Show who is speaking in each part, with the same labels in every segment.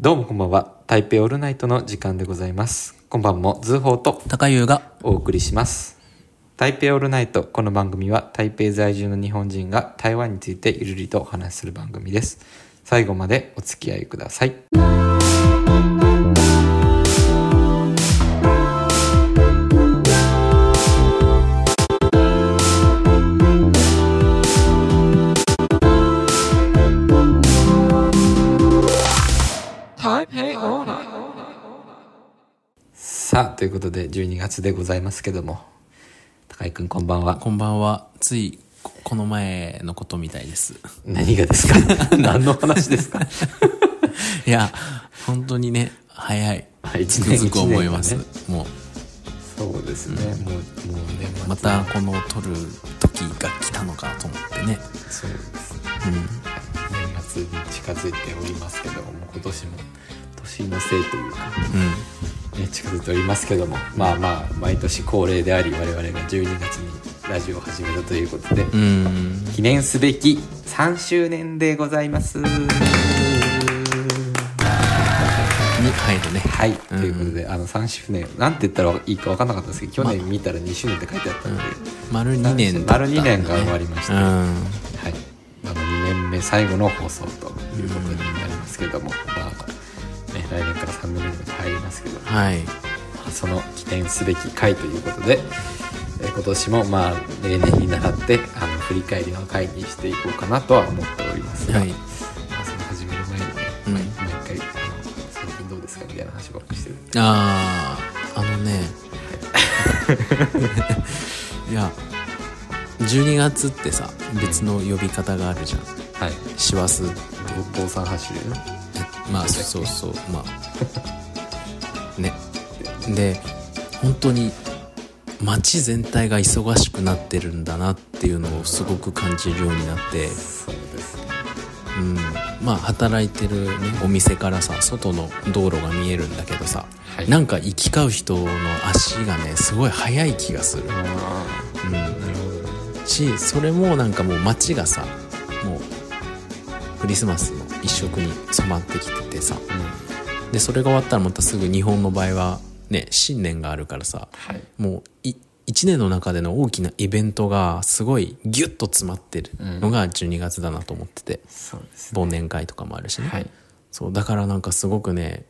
Speaker 1: どうもこんばんは。台北オールナイトの時間でございます。こんばんも、ズーホーと
Speaker 2: 高優が
Speaker 1: お送りします。台北オールナイト。この番組は台北在住の日本人が台湾についてゆるりとお話しする番組です。最後までお付き合いください。さあ、ということで12月でございますけども、高井くんこんばんは。
Speaker 2: こんばんはついここの前のことみたいです
Speaker 1: 何がですか 何の話ですか
Speaker 2: いや本当にね早い
Speaker 1: はい一
Speaker 2: つ
Speaker 1: 年
Speaker 2: くづく思い ま
Speaker 1: 一
Speaker 2: す、
Speaker 1: 年
Speaker 2: もう
Speaker 1: そうですね。もう、もう年末
Speaker 2: またこの撮る時が来たのかと思ってね
Speaker 1: そうです、年末に近づいておりますけども今年も年のせいというか、
Speaker 2: う
Speaker 1: ね、近づいておりますけどもまあまあ毎年恒例であり我々が12月にラジオを始めたということで、
Speaker 2: んうん
Speaker 1: 記念すべき3周年でございます。
Speaker 2: に入るね
Speaker 1: はい、ということであの3周年なんて言ったらいいか分かんなかったんですけど去年見たら2周年って書いてあったので、
Speaker 2: 丸2年だった
Speaker 1: 丸2年が終わりました、
Speaker 2: うん
Speaker 1: はい、あの2年目最後の放送ということになりますけども、まあね、来年から3年目にも入りますけど、
Speaker 2: はい
Speaker 1: その記念すべき回ということで、えー今年もまあ例年に習ってあの振り返りの回にしていこうかなとは思っておりますが、
Speaker 2: はい
Speaker 1: まあ、その始める前にね、
Speaker 2: うん
Speaker 1: 毎毎回あの最近どうですかみたいな話ばっかりしてるんで
Speaker 2: あああの ね いや12月ってさ別の呼び方があるじゃん
Speaker 1: はい
Speaker 2: 師走って
Speaker 1: お父さん走る
Speaker 2: まあそうそうまあねで本当に街全体が忙しくなってるんだなっていうのをすごく感じるようになって、
Speaker 1: そうですね
Speaker 2: うん、まあ働いてる、ね、お店からさ外の道路が見えるんだけどさ、
Speaker 1: はい
Speaker 2: なんか行き交う人の足がねすごい速い気がする、
Speaker 1: あ
Speaker 2: うん
Speaker 1: あ、なるほどね
Speaker 2: しそれもなんかもう街がさもうクリスマスの一色に染まってきててさ
Speaker 1: うん
Speaker 2: でそれが終わったらまたすぐ日本の場合はね新年があるからさ
Speaker 1: はい
Speaker 2: もうい1年の中での大きなイベントがすごいギュッと詰まってるのが12月だなと思ってて、
Speaker 1: そうです
Speaker 2: 忘年会とかもあるしね、
Speaker 1: はい
Speaker 2: そうだからなんかすごくね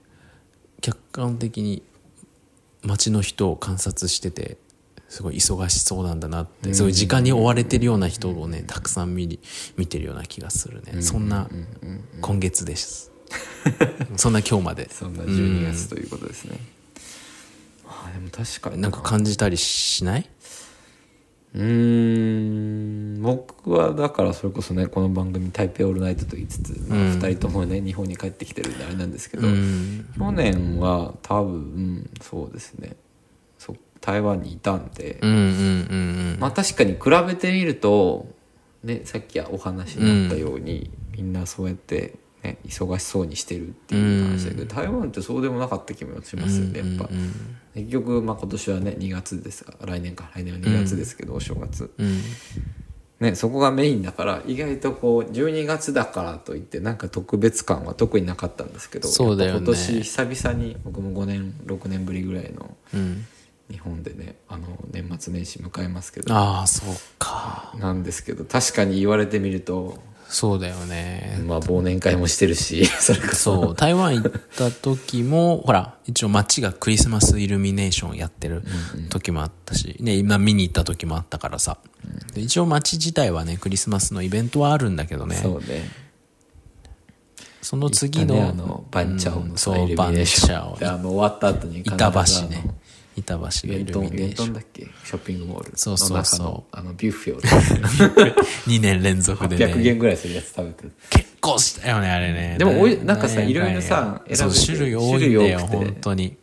Speaker 2: 客観的に街の人を観察しててすごい忙しそうなんだなってすごい時間に追われてるような人をねたくさん見り見てるような気がするねそんな今月です そんな今日まで
Speaker 1: そんな12月ということですね。ああでも確かに
Speaker 2: なんか感じたりしないう
Speaker 1: ーん僕はだからそれこそねこの番組「台北オールナイト」と言いつつ、まあ2人ともね日本に帰ってきてるんであれなんですけど、
Speaker 2: うん
Speaker 1: 去年は多分そうですねそ台湾にいたんで、
Speaker 2: うんうんうん
Speaker 1: まあ確かに比べてみると、ね、さっきお話になったように、みんなそうやって、ね、忙しそうにしてるっていう話だけど、台湾ってそうでもなかった気もしますよねやっぱ。結局、まあ、今年はね2月ですが来年か来年は2月ですけど、お正月、
Speaker 2: うんうん
Speaker 1: ね、そこがメインだから意外とこう12月だからといってなんか特別感は特になかったんですけど
Speaker 2: そうだよ
Speaker 1: や
Speaker 2: ね
Speaker 1: っぱ今年久々に僕も5年6年ぶりぐらいの
Speaker 2: うん
Speaker 1: 日本でねあの年末年始迎えますけど
Speaker 2: ああそうか
Speaker 1: なんですけど確かに言われてみると、
Speaker 2: そうだよね
Speaker 1: まあ、忘年会もしてるし それこそ
Speaker 2: そう、台湾行った時も、ほら、一応街がクリスマスイルミネーションやってる時もあったし、ね、今見に行った時もあったからさ。で一応街自体はね、クリスマスのイベントはあるんだけどね、そ
Speaker 1: そうね
Speaker 2: の次の、
Speaker 1: 行ったねあのバンチャオのさ
Speaker 2: うんそう
Speaker 1: イルミネーショ
Speaker 2: バンチャオ
Speaker 1: ンであの終わった後に必ず
Speaker 2: 板橋
Speaker 1: あ
Speaker 2: ね
Speaker 1: の。
Speaker 2: 板橋がイ
Speaker 1: レン
Speaker 2: ル
Speaker 1: トン
Speaker 2: ミネ
Speaker 1: レン
Speaker 2: ーシ
Speaker 1: ト
Speaker 2: ョ
Speaker 1: ン
Speaker 2: ン。
Speaker 1: だっけショッピングモール
Speaker 2: そうそうそう
Speaker 1: の中のあのビュッフェを食べて
Speaker 2: 2年連続で
Speaker 1: 800
Speaker 2: ね。
Speaker 1: 元ぐらいするやつ食べてる
Speaker 2: 結構したよね、あれね。
Speaker 1: でもおいなんかさ
Speaker 2: や
Speaker 1: いろいろさ
Speaker 2: やそう、
Speaker 1: 選
Speaker 2: 種
Speaker 1: べて
Speaker 2: 類多いんだよ、
Speaker 1: 種類多くて
Speaker 2: 本当に。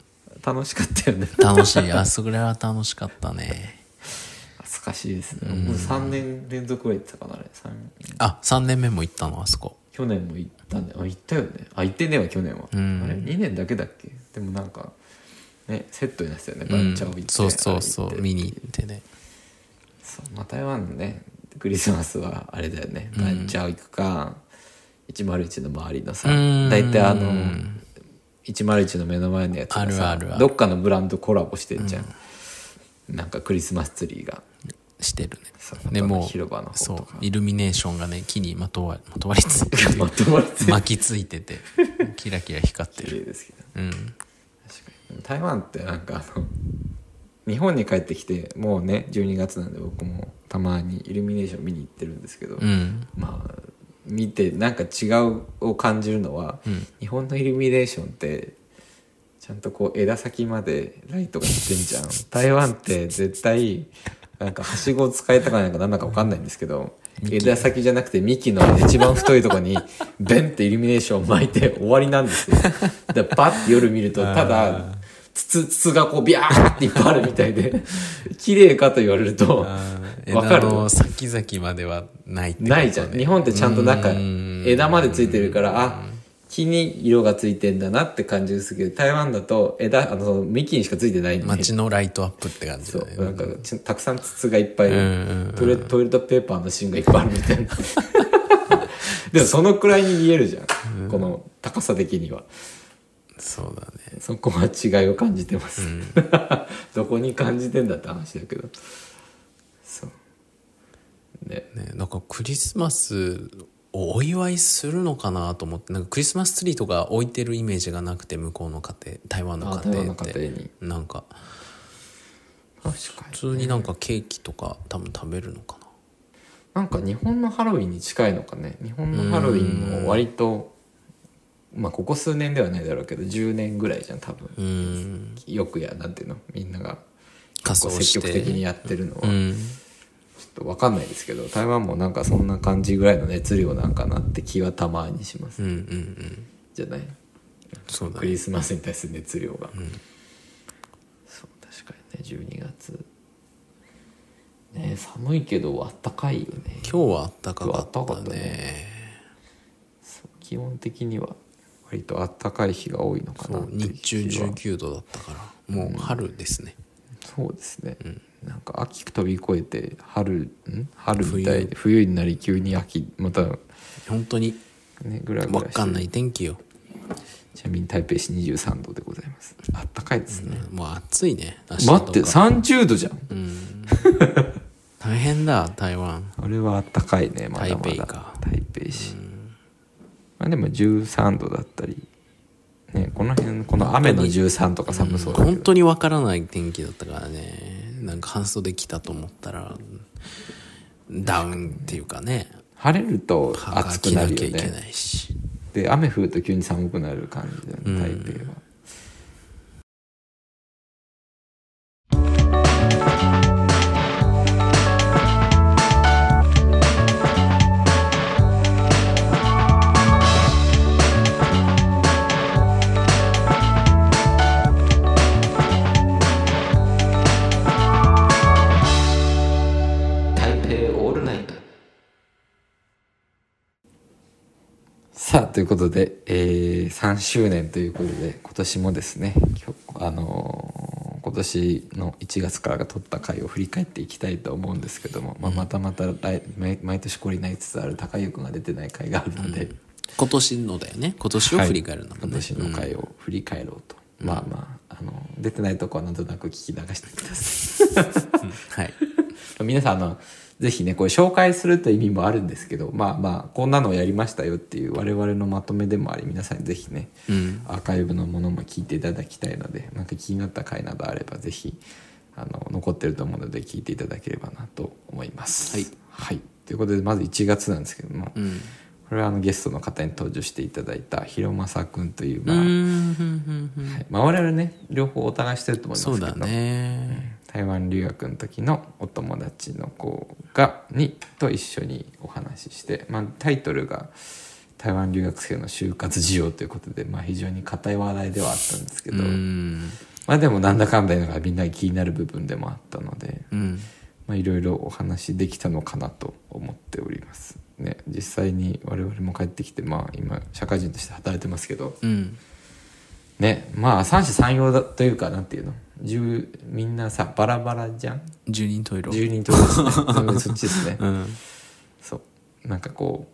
Speaker 1: 楽しかったよね
Speaker 2: 楽しい。あそこらは楽しかったね。
Speaker 1: 懐かしいですねもう3年連続ぐらい行ってたかなあれ三
Speaker 2: あ、3年目も行ったの、あそこ。
Speaker 1: 去年も行ったねあ行ったよねあ行ってねえわ去年は、
Speaker 2: ん
Speaker 1: あれ2年だけだっけでもなんかねセットになってたよね
Speaker 2: う
Speaker 1: バン
Speaker 2: ん
Speaker 1: チャオ行って、
Speaker 2: そうそうそ
Speaker 1: あれ行っ
Speaker 2: う
Speaker 1: て
Speaker 2: 見に行ってね
Speaker 1: そうまあ台湾のねクリスマスはあれだよねバンチャオ行くか、101の周りのさ
Speaker 2: うん
Speaker 1: 大体あの101の目の前のやつがさ
Speaker 2: あるあるある
Speaker 1: どっかのブランドコラボしてんじゃん、なんかクリスマスツリーが
Speaker 2: してるね
Speaker 1: さ
Speaker 2: でもう
Speaker 1: 広場の方
Speaker 2: そ
Speaker 1: と
Speaker 2: う
Speaker 1: か
Speaker 2: イルミネーションがね木にまとわまとわりついて
Speaker 1: ま とまりついて
Speaker 2: 巻きついててキラキラ光って
Speaker 1: 綺
Speaker 2: る
Speaker 1: 麗ですけど
Speaker 2: うん
Speaker 1: 確かに台湾ってなんかあの日本に帰ってきてもうね12月なんで僕もたまにイルミネーション見に行ってるんですけど、
Speaker 2: うん
Speaker 1: まあ見てなんか違うを感じるのは、
Speaker 2: うん
Speaker 1: 日本のイルミネーションってちゃんとこう枝先までライトが出てんじゃ ん台湾って絶対なんかはしごを使えたかなんかなんだか分かんないんですけど枝先じゃなくて幹の一番太いとこ にベンってイルミネーションを巻いて終わりなんですよでバッて夜見るとただ筒筒がこうビャーっていっぱいあるみたいで綺麗かと言われるとわか
Speaker 2: 枝
Speaker 1: る
Speaker 2: の先々まではないってことね
Speaker 1: ないじゃん日本ってちゃんと中
Speaker 2: うん
Speaker 1: 枝までついてるからあ木に色がついてんだなって感じですけど台湾だと枝あの幹にしかついてないんで
Speaker 2: 街のライトアップって感じ
Speaker 1: そ
Speaker 2: だね
Speaker 1: うなんかちたくさん筒がいっぱい
Speaker 2: うんうん
Speaker 1: トイレトイレットペーパーの芯がいっぱいあるみた いなでもそのくらいに見えるじゃん、この高さ的には
Speaker 2: そうだね
Speaker 1: そこは違いを感じてます、 どこに感じてんだって話だけどそうね
Speaker 2: ねなんかクリスマスをお祝いするのかなと思ってなんかクリスマスツリーとか置いてるイメージがなくて向こうの家庭台湾の
Speaker 1: あ
Speaker 2: 家
Speaker 1: 台湾
Speaker 2: 庭
Speaker 1: の
Speaker 2: って
Speaker 1: 家庭に
Speaker 2: なんか
Speaker 1: 確かに
Speaker 2: 普通になんかケーキとか多分食べるのかな
Speaker 1: なんか日本のハロウィンに近いのかね日本のハロウィンも割とまあここ数年ではないだろうけど10年ぐらいじゃん多分
Speaker 2: うん
Speaker 1: よくやなんていうのみんなが
Speaker 2: 仮
Speaker 1: こ
Speaker 2: 装
Speaker 1: う
Speaker 2: して
Speaker 1: 積極的にやってるのは
Speaker 2: う
Speaker 1: ちょ
Speaker 2: ん
Speaker 1: っと分かんないですけど台湾もなんかそんな感じぐらいの熱量なんかなって気はたまにします
Speaker 2: うんうんうん
Speaker 1: じゃない
Speaker 2: そうだ
Speaker 1: ク
Speaker 2: ね
Speaker 1: リスマスに対する熱量が、そう確かにね12月ね寒いけどあったかいよね
Speaker 2: 今日はあったかか
Speaker 1: 今日はあったか
Speaker 2: っ
Speaker 1: かったた
Speaker 2: ね
Speaker 1: そう基本的には割と暖かい日が多いのかな
Speaker 2: そう
Speaker 1: っていう
Speaker 2: 日中
Speaker 1: 気は
Speaker 2: 19度だったからもう春ですね、
Speaker 1: そうですね、なんか秋飛び越えて春ん春みたい
Speaker 2: 冬
Speaker 1: で冬になり急に秋また
Speaker 2: 本当に
Speaker 1: ねぐらいぐ
Speaker 2: わ
Speaker 1: らい
Speaker 2: かんない天気よ、
Speaker 1: ちなみに台北市23度でございますあったかいですね、
Speaker 2: うんもう暑いね明日
Speaker 1: 待って
Speaker 2: とか
Speaker 1: 30度じゃん、
Speaker 2: 大変だ台湾
Speaker 1: あれはあったかいねまだまだ
Speaker 2: 台北か
Speaker 1: 台北市、まあでも13度だったりねこの辺この雨の13とか寒そうだけど
Speaker 2: 本当にわからない天気だったからねなんか半袖来たと思ったらダウンっていうかね
Speaker 1: 晴れると
Speaker 2: 歯が
Speaker 1: 暑く
Speaker 2: 着
Speaker 1: な
Speaker 2: な
Speaker 1: る
Speaker 2: きゃ
Speaker 1: よ
Speaker 2: いけ
Speaker 1: ね
Speaker 2: ないし、
Speaker 1: で雨降ると急に寒くなる感じだよね台北は、台北オールナイトさあということで、えー3周年ということで今年もですねきょあのー今年の1月から撮った回を振り返っていきたいと思うんですけども、まあ、またまた来毎毎年これになりつつある高井くんが出てない回があるので、
Speaker 2: 今年のだよね今年を振り返るのも
Speaker 1: 今
Speaker 2: ね、
Speaker 1: 年の回を振り返ろうと、まあまああの出てないとこはなんとなく聞き流してくださ
Speaker 2: うんはい
Speaker 1: い皆さんあのぜひねこれ紹介するという意味もあるんですけどまあまあこんなのをやりましたよっていう我々のまとめでもあり皆さんぜひね、
Speaker 2: うん
Speaker 1: アーカイブのものも聞いていただきたいのでなんか気になった回などあればぜひあの残ってると思うので聞いていただければなと思います。
Speaker 2: はい、
Speaker 1: ということでまず1月なんですけども、
Speaker 2: うん
Speaker 1: これはあのゲストの方に登場していただいたひろまさくんという、
Speaker 2: う
Speaker 1: まあ
Speaker 2: ーんふんふんふん
Speaker 1: はいまあ、我々ね両方お互いしてると思います
Speaker 2: そ
Speaker 1: け
Speaker 2: う
Speaker 1: ど
Speaker 2: だね
Speaker 1: 台湾留学の時のお友達の子がにと一緒にお話しして、まあ、タイトルが「台湾留学生の就活需要」ということで、まあ、非常に硬い話題ではあったんですけ
Speaker 2: う
Speaker 1: ど、
Speaker 2: ん
Speaker 1: まあ、でもなんだかんだ言うのがみんな気になる部分でもあったので、
Speaker 2: うん
Speaker 1: まあ、いろいろお話できたのかなと思っております。ね、実際に我々も帰ってきて、まあ、今社会人として働いてますけど、
Speaker 2: うん
Speaker 1: ねまあ三者三様だというかなんていうの十みんなさバラバラじゃん
Speaker 2: 十人十色
Speaker 1: 10人とかですねそっちですね
Speaker 2: うん
Speaker 1: そうなんかこ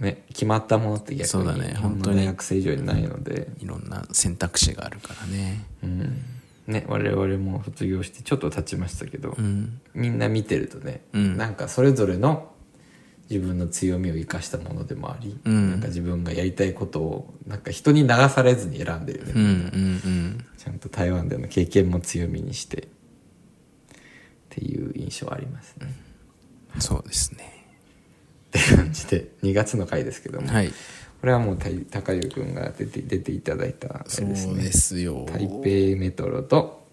Speaker 1: うね、決まったものって逆に
Speaker 2: そうだね
Speaker 1: 日本の
Speaker 2: 本当に
Speaker 1: 大学生以上にないので、
Speaker 2: いろんな選択肢があるからね
Speaker 1: うんね、我々も卒業してちょっと経ちましたけど、
Speaker 2: うん
Speaker 1: みんな見てるとね、
Speaker 2: うん
Speaker 1: なんかそれぞれの自分の強みを生かしたものでもあり、
Speaker 2: うん
Speaker 1: なんか自分がやりたいことをなんか人に流されずに選んでるね、
Speaker 2: うんうん
Speaker 1: ちゃんと台湾での経験も強みにしてっていう印象はありますね。
Speaker 2: うんそうですね
Speaker 1: って感じで2月 の回ですけども、
Speaker 2: はい
Speaker 1: これはもうたい高雄君が出て出ていただいた
Speaker 2: そ
Speaker 1: 回
Speaker 2: う
Speaker 1: ですね
Speaker 2: ですよ
Speaker 1: 台北メトロと、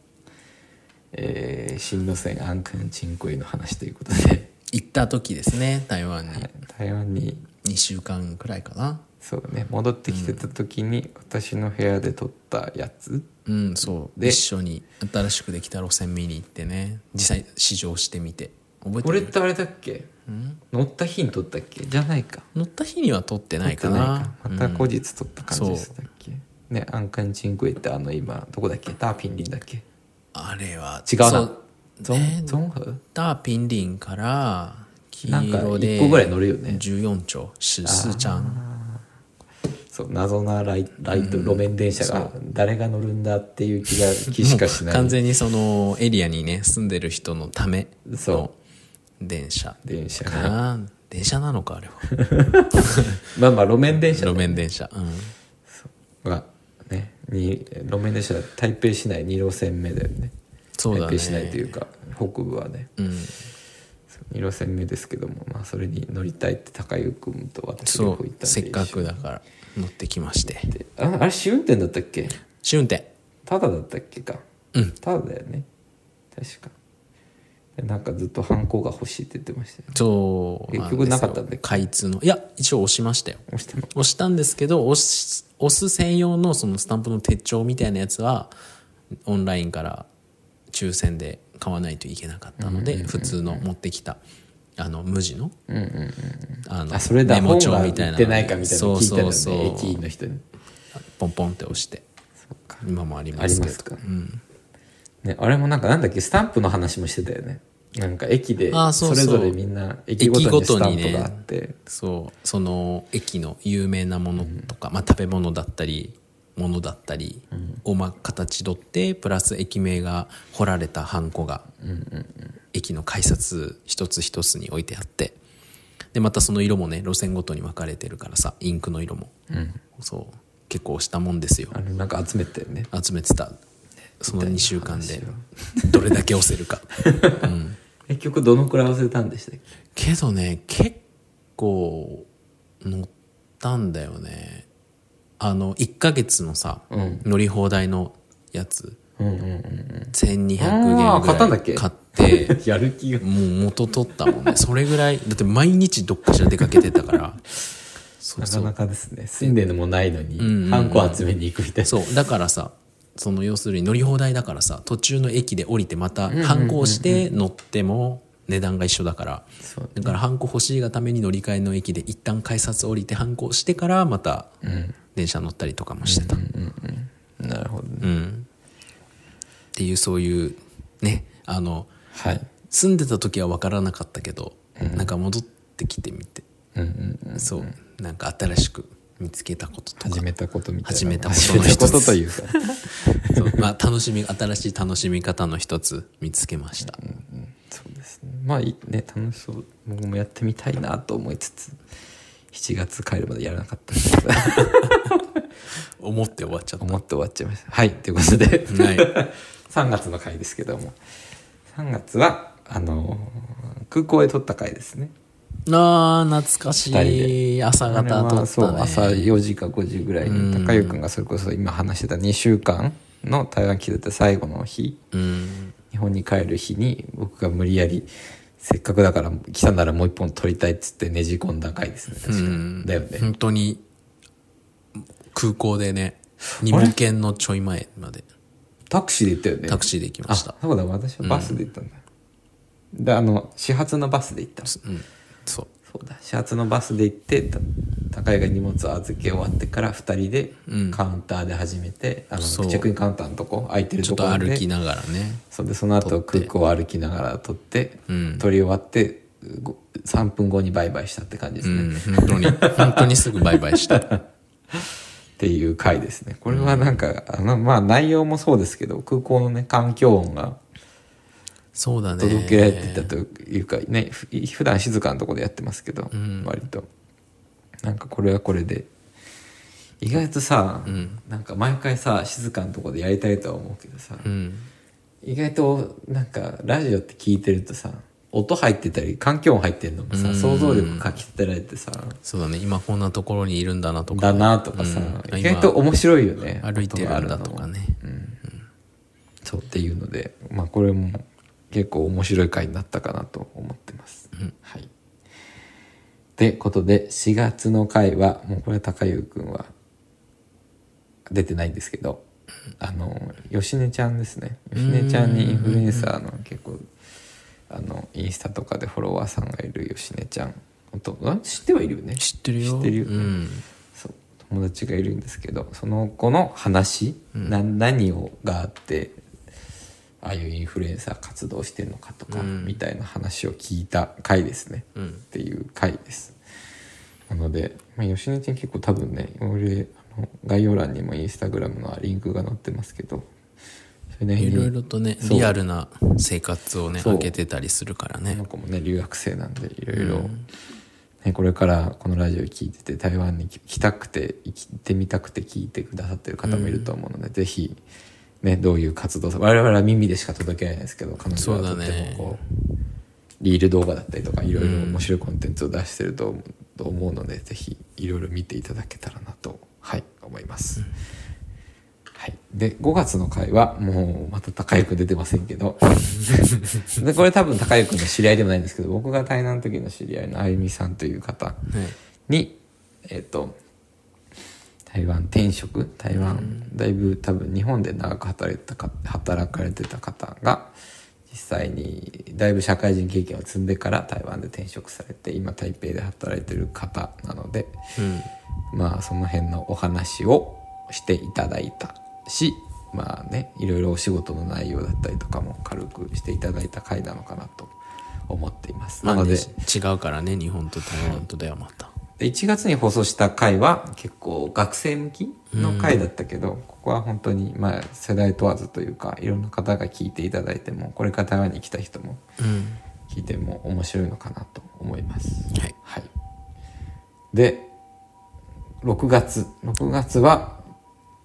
Speaker 1: えー、新路線アンカンチンコイの話ということで
Speaker 2: 行った時ですね台湾に
Speaker 1: 台湾に
Speaker 2: 2週間くらいかな
Speaker 1: そうね戻ってきてた時に私の部屋で撮ったやつ
Speaker 2: うんそう
Speaker 1: で
Speaker 2: 一緒に新しくできた路線見に行ってね実際試乗してみて覚えて
Speaker 1: これっ
Speaker 2: る
Speaker 1: てあれだっけ乗った日に撮ったっけじゃないか
Speaker 2: 乗った日には撮ってないか
Speaker 1: 撮
Speaker 2: な
Speaker 1: ってないかまた後日撮った感じでしたっけ、ねアンカンチンコイってあの今どこだっけターピンリンだっけ
Speaker 2: あれは
Speaker 1: 違うな
Speaker 2: そ
Speaker 1: ゾン、ゾンフ
Speaker 2: ダーピンリンから黄
Speaker 1: なんか
Speaker 2: 色で
Speaker 1: 一個ぐらい乗るよね
Speaker 2: 14丁シスちゃん
Speaker 1: そう謎なライライト、路面電車が誰が乗るんだっていう気が気しかしない
Speaker 2: 完全にそのエリアにね住んでる人のための
Speaker 1: そ
Speaker 2: 電車
Speaker 1: 電車
Speaker 2: か
Speaker 1: が
Speaker 2: な電車なのかあれは
Speaker 1: まあまあ路面電車
Speaker 2: 路面電車うん
Speaker 1: がねに路面電車台北市内2路線目だよね
Speaker 2: そうだね
Speaker 1: 台北市内というか北部はね、
Speaker 2: うん
Speaker 1: 2路線目ですけども、まあ、それに乗りたいって高湯君と私
Speaker 2: そ
Speaker 1: が行った
Speaker 2: う
Speaker 1: んで
Speaker 2: せっかくだから乗ってきまして
Speaker 1: 一緒にああれ試運転だったっけ
Speaker 2: 試運転
Speaker 1: ただだったっけか
Speaker 2: うん
Speaker 1: ただだよね確かでなんかずっとハンコが欲しいって言ってましたよね
Speaker 2: そう
Speaker 1: 結局なかったんだっけ
Speaker 2: ですよ開通のいや一応押しましたよ
Speaker 1: 押しても
Speaker 2: 押したんですけど押し押す専用のそのスタンプの手帳みたいなやつはオンラインから抽選で買わないといけなかったので、普通の持ってきたあの無地の,、あの
Speaker 1: あそれだ
Speaker 2: メ
Speaker 1: 本
Speaker 2: モ帳
Speaker 1: が売
Speaker 2: みたい
Speaker 1: っ
Speaker 2: なの
Speaker 1: てないかみたいなの聞いたのね
Speaker 2: そうそう
Speaker 1: 駅
Speaker 2: そう
Speaker 1: 員の人に
Speaker 2: ポンポンって押して
Speaker 1: そうか
Speaker 2: 今もあり
Speaker 1: あ
Speaker 2: ま
Speaker 1: り
Speaker 2: す
Speaker 1: ま
Speaker 2: け
Speaker 1: す
Speaker 2: ど
Speaker 1: か、ね、あれもなんかなんだっけスタンプの話もしてたよねなんか駅で
Speaker 2: あーそ
Speaker 1: そう
Speaker 2: そ
Speaker 1: れ
Speaker 2: う
Speaker 1: ぞれみんな駅ごとにスタンプがあって、
Speaker 2: そうその駅の有名なものとか、まあ、食べ物だったりものだったりをまあ形取ってプラス駅名が彫られたハンコが駅の改札一つ一つに置いてあってでまたその色もね路線ごとに分かれてるからさインクの色も、そう結構押したもんですよ
Speaker 1: あれなんか集めてよね
Speaker 2: 集めてたその2週間でどれだけ押せるか。うん
Speaker 1: 結局どのくらい忘れたんでしたっけ
Speaker 2: けどね結構乗ったんだよねあの1ヶ月のさ、乗り放題のやつ
Speaker 1: うんうんうん
Speaker 2: 1200円ぐら
Speaker 1: あ
Speaker 2: い
Speaker 1: ー買ったんだっけ
Speaker 2: 買って
Speaker 1: うん やる気が
Speaker 2: もう元取ったもんねそれぐらいだって毎日どっかしら出かけてたからそう
Speaker 1: な
Speaker 2: そ
Speaker 1: か
Speaker 2: う
Speaker 1: なかですね住んでるのもないのに、
Speaker 2: んうん
Speaker 1: ハンコ集めに行くみたいな
Speaker 2: そうだからさその要するに乗り放題だからさ途中の駅で降りてまた反抗して乗っても値段が一緒だから
Speaker 1: そう
Speaker 2: だからハンコ欲しいがために乗り換えの駅で一旦改札降りてハンコをしてからまた電車乗ったりとかもしてた、
Speaker 1: なるほどね、
Speaker 2: っていうそういうねあの
Speaker 1: はい
Speaker 2: 住んでた時は分からなかったけど、なんか戻ってきてみて、そうなんか新しく見つけたこととか
Speaker 1: 始めたことみたいな
Speaker 2: 始めたことの一
Speaker 1: 始め
Speaker 2: つ
Speaker 1: たことというか
Speaker 2: そうまあ楽しみ新しい楽しみ方の一つ見つけました、
Speaker 1: そうですねまあいいね楽しそう僕もやってみたいなと思いつつ7月帰るまでやらなかったんですけど
Speaker 2: 思って終わっちゃった
Speaker 1: 思って終わっちゃいましたはいということで、
Speaker 2: はい
Speaker 1: 3月の回ですけども3月はあのー空港へ撮った回ですね
Speaker 2: あー懐かし
Speaker 1: 二
Speaker 2: い朝方
Speaker 1: あれ
Speaker 2: 撮
Speaker 1: は
Speaker 2: っ
Speaker 1: そう
Speaker 2: たね
Speaker 1: 朝4時か5時ぐらいに高湯君がそれこそ今話してた2週間の台湾来てた最後の日
Speaker 2: うん
Speaker 1: 日本に帰る日に僕が無理やりせっかくだから来たならもう一本撮りたいっつってねじ込んだ回ですね確かに、
Speaker 2: うん
Speaker 1: だよね
Speaker 2: 本当に空港でね二毛県のちょい前まで
Speaker 1: タクシーで行ったよね
Speaker 2: タクシーで行きま
Speaker 1: あ
Speaker 2: した、
Speaker 1: そうだ私はバスで行ったんだ、であの始発のバスで行ったそ
Speaker 2: うん、そう
Speaker 1: うだ始発のバスで行ってた高井が荷物を預け終わってから2人で
Speaker 2: うん
Speaker 1: カウンターで始めて、あのチ
Speaker 2: そ
Speaker 1: ェ
Speaker 2: う
Speaker 1: ックインカウンターのとこ空いてる
Speaker 2: ちょ
Speaker 1: と
Speaker 2: っ
Speaker 1: ことろ
Speaker 2: 歩き
Speaker 1: で
Speaker 2: ながらね
Speaker 1: そうでその後空港を歩きながら撮って、
Speaker 2: うん
Speaker 1: 撮り終わってご3分後に売買したって感じですね、っ
Speaker 2: うん、本当に、本当にすぐ売買 した。
Speaker 1: ていう回ですねこれはなんか、あのまあ内容もそうですけど空港のね環境音が
Speaker 2: そうだね。
Speaker 1: 届けられてたというかねふ普段静かなところでやってますけど、
Speaker 2: ん
Speaker 1: 割となんかこれはこれで意外とさ、なんか毎回さ静かなところでやりたいとは思うけどさ、
Speaker 2: うん。
Speaker 1: 意外となんかラジオって聞いてるとさ音入ってたり環境音入ってるのもさ、想像力かき立てられてさ
Speaker 2: そうだね。今こんなところにいるんだなとか。
Speaker 1: だなとかさ、
Speaker 2: うん
Speaker 1: 意外と面白いよね
Speaker 2: 歩いてるんだとかね。
Speaker 1: そうっていうので、まあ、これも結構面白い回になったかなと思ってます。はい。ってことで4月の回はもうこれは高優くんは出てないんですけどあの芳根ちゃんですね芳根ちゃんにインフルエンサーの結構あのインスタとかでフォロワーさんがいる芳根ちゃんほんとあ知ってはいるよね
Speaker 2: 知ってるよ。
Speaker 1: 知ってるよね
Speaker 2: うん。
Speaker 1: そう友達がいるんですけどその子の話、な何をがあってああいうインフルエンサー活動してるのかとか、
Speaker 2: うん
Speaker 1: みたいな話を聞いた回ですね、
Speaker 2: うん
Speaker 1: っていう回ですなので、まあ、吉根ちゃん結構多分ね俺あの概要欄にもインスタグラムのリンクが載ってますけどそれなり
Speaker 2: い
Speaker 1: に
Speaker 2: ろいろとね、
Speaker 1: そう
Speaker 2: リアルな生活をね、
Speaker 1: そう
Speaker 2: 開けてたりするから
Speaker 1: こ
Speaker 2: ね
Speaker 1: の。子もね留学生なんでいろいろ、ね、これからこのラジオ聞いてて台湾に来たくて行ってみたくて聞いてくださってる方もいると思うので、ぜひ、ね、どういう活動我々は耳でしか届けられないですけど彼女はと
Speaker 2: そう
Speaker 1: っ
Speaker 2: だ
Speaker 1: ても
Speaker 2: ね
Speaker 1: こう、リール動画だったりとかいろいろ面白いコンテンツを出してると,、と思うのでぜひいろいろ見ていただけたらなと、はい、思います。はい、で5月の回はもうまた高井君出てませんけどでこれ多分高井君の知り合いでもないんですけど僕が対談の時の知り合いのあゆみさんという方
Speaker 2: ね
Speaker 1: にえっ、と台湾転職台湾、だいぶ多分日本で長く働いてたか働かれてた方が実際にだいぶ社会人経験を積んでから台湾で転職されて今台北で働いてる方なので。
Speaker 2: うん。
Speaker 1: まあその辺のお話をしていただいたしまあねいろいろお仕事の内容だったりとかも軽くしていただいた回なのかなと思っています。
Speaker 2: ま
Speaker 1: な
Speaker 2: あ
Speaker 1: の
Speaker 2: ね
Speaker 1: で
Speaker 2: 違うからね、日本と台湾とではまた。
Speaker 1: で1月に放送した回は結構学生向きの回だったけど、ここは本当にまあ世代問わずというかいろんな方が聞いていただいてもこれから台湾に来た人も
Speaker 2: うん。
Speaker 1: 聞いても面白いのかなと思います。
Speaker 2: はい。
Speaker 1: はい、で6月6月は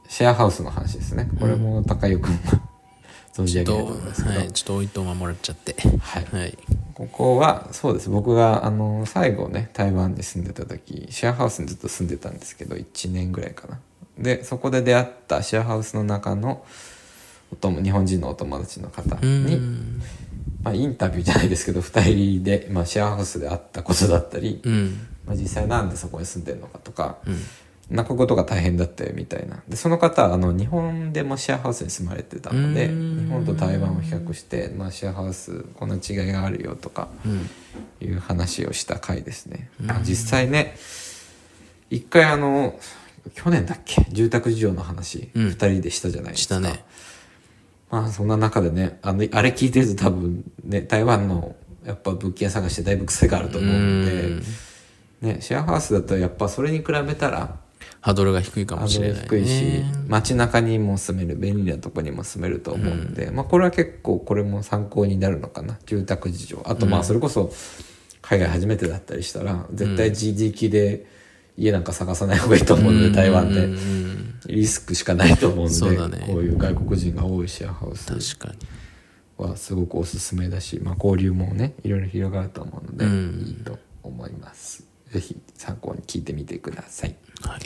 Speaker 1: シェアハウスの話ですねこれも高井君が存じ
Speaker 2: ち
Speaker 1: 上
Speaker 2: ょ
Speaker 1: げる
Speaker 2: っと、
Speaker 1: と思いますけど、
Speaker 2: はい、ちょっとおいとまもらっちゃって。
Speaker 1: はい
Speaker 2: はい。
Speaker 1: ここはそうです僕があの最後ね台湾に住んでた時シェアハウスにずっと住んでたんですけど1年ぐらいかなでそこで出会ったシェアハウスの中のお友日本人のお友達の方
Speaker 2: う
Speaker 1: に、
Speaker 2: ん。
Speaker 1: まあ、インタビューじゃないですけど2人で、まあ、シェアハウスで会ったことだったり、
Speaker 2: うん。
Speaker 1: まあ、実際なんでそこに住んでるのかとか、
Speaker 2: うん。
Speaker 1: なんかこういうことが大変だったよみたいなでその方はあの日本でもシェアハウスに住まれてたので
Speaker 2: うーん
Speaker 1: 日本と台湾を比較して、まあ、シェアハウスこんな違いがあるよとか
Speaker 2: うん。
Speaker 1: いう話をした回ですね、あ実際ね一回あの去年だっけ住宅事情の話、
Speaker 2: うん
Speaker 1: 2人でしたじゃないで
Speaker 2: し
Speaker 1: すか
Speaker 2: たね。
Speaker 1: まあそんな中でねあのあれ聞いてると多分ね台湾のやっぱ物件探してだいぶ癖があると思うんで
Speaker 2: うん
Speaker 1: ね、シェアハウスだとやっぱそれに比べたら
Speaker 2: ハードルが低いかもしれない、ね。
Speaker 1: あの低いし街中にも住める便利なとこにも住めると思うんで、まあ、これは結構これも参考になるのかな住宅事情あとまあそれこそ海外初めてだったりしたら絶対自力で家なんか探さない方がいいと思うので、台湾で
Speaker 2: うん。
Speaker 1: リスクしかないと思うん
Speaker 2: そう
Speaker 1: で
Speaker 2: だね
Speaker 1: こういう外国人が多いシェアハウス
Speaker 2: 確かに。
Speaker 1: はすごくおすすめだし、まあ、交流もねいろいろ広がると思うので、
Speaker 2: うん
Speaker 1: いいと思いますぜひ参考に聞いてみてください
Speaker 2: はい。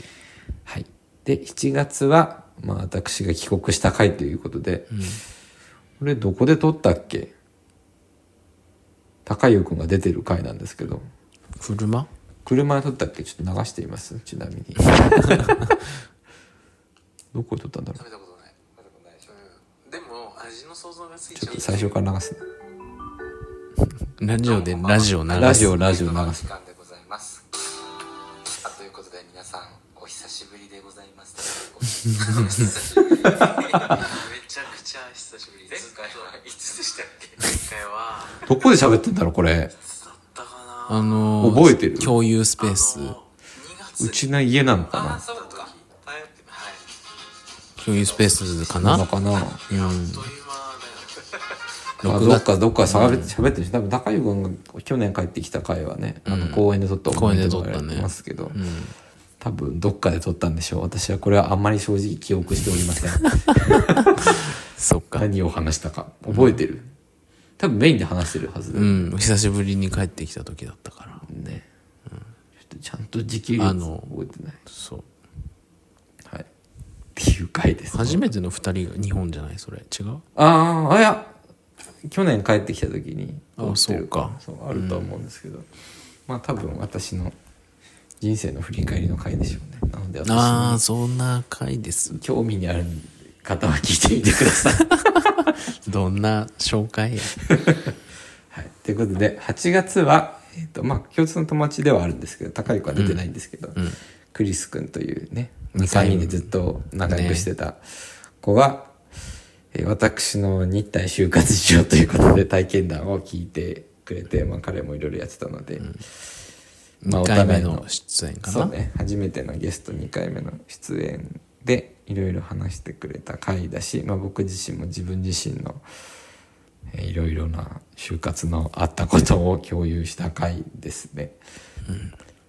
Speaker 1: はい、で7月は、まあ、私が帰国した回ということで、これどこで撮ったっけ高優くんが出てる回なんですけど
Speaker 2: 車
Speaker 1: 車で撮ったっけちょっと流していますちなみ にどこで撮ったんだろ
Speaker 2: 食べたことない。食べたことないでしょ。でも、味の想像がついう
Speaker 1: ちょっと最初から流すね
Speaker 2: ラジオでラジオ流す。
Speaker 1: ラジオラジオ流
Speaker 3: の
Speaker 1: す
Speaker 3: 時間でございますあということで皆さんお久しぶりでございますお久しぶりめちゃくちゃ久しぶり前回はいつでしたっけ前回は
Speaker 1: どこで喋ってんだろうこれ
Speaker 3: だったか
Speaker 2: あのー
Speaker 1: 覚えてる
Speaker 2: 共有スペース
Speaker 1: うちの家なのか
Speaker 3: あ
Speaker 1: な
Speaker 3: そうかはい
Speaker 2: 共有スペースか
Speaker 1: な
Speaker 2: な
Speaker 1: のかな
Speaker 2: うん
Speaker 1: あ
Speaker 2: 録
Speaker 1: ど
Speaker 2: 画
Speaker 1: っかどっかしゃべって喋ってるし多分高湯君が去年帰ってきた回はね、あの公園で撮った
Speaker 2: 公園で
Speaker 1: と
Speaker 2: 撮っ
Speaker 1: か
Speaker 2: たね
Speaker 1: やってますけど、多分どっかで撮ったんでしょう私はこれはあんまり正直記憶しておりま せん
Speaker 2: そっか
Speaker 1: 何を話したか覚えてる、多分メインで話してるはずだ
Speaker 2: う
Speaker 1: よ
Speaker 2: ん久しぶりに帰ってきた時だったから
Speaker 1: ね、ちょっとちゃんと時系列
Speaker 2: あの
Speaker 1: 覚えてない
Speaker 2: そう
Speaker 1: はいっていう回です
Speaker 2: 初めての2人が日本じゃないそれ違う
Speaker 1: あああいや去年帰ってきた時に
Speaker 2: あ
Speaker 1: 撮ってる
Speaker 2: そうか
Speaker 1: そうあるとは思うんですけど、まあ多分私の人生の振り返りの回でしょうねなので私
Speaker 2: ああ
Speaker 1: の
Speaker 2: そんな回です
Speaker 1: 興味にある方は聞いてみてください
Speaker 2: どんな紹介や
Speaker 1: はいということで8月は、えーとまあ、共通の友達ではあるんですけど高い子は出てないんですけど、クリス君というね
Speaker 2: 二回
Speaker 1: 3人でずっと仲良くしてた子が、えー私の日体就活しようということで体験談を聞いてくれて、まあ、彼もいろいろやってたので、まあ
Speaker 2: 2回目
Speaker 1: お互い
Speaker 2: の
Speaker 1: の
Speaker 2: 出演か
Speaker 1: そう
Speaker 2: な、
Speaker 1: ね初めてのゲスト2回目の出演でいろいろ話してくれた回だし、まあ、僕自身も自分自身のえーいろいろな就活のあったことを共有した回ですね。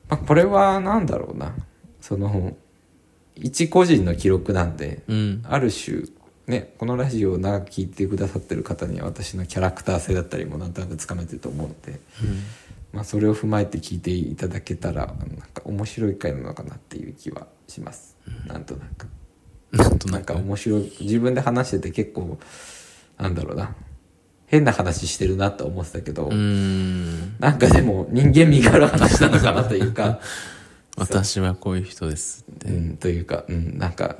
Speaker 1: まあ、これは何だろうなその一個人の記録なんで、
Speaker 2: うん
Speaker 1: ある種ねこのラジオを長く聞いてくださってる方には私のキャラクター性だったりもなんとなくつかめてると思うので、まあ、それを踏まえて聞いていただけたらなんか面白い回なのかなっていう気はします、なんとなく。
Speaker 2: なんと
Speaker 1: な
Speaker 2: なん
Speaker 1: か
Speaker 2: く
Speaker 1: 面白い自分で話してて結構なんだろうな変な話してるなと思ってたけど、
Speaker 2: うーん
Speaker 1: なんかでも人間味がある話なのかなという か、
Speaker 2: 私はこういう人ですって
Speaker 1: うん、というか、うん、なんか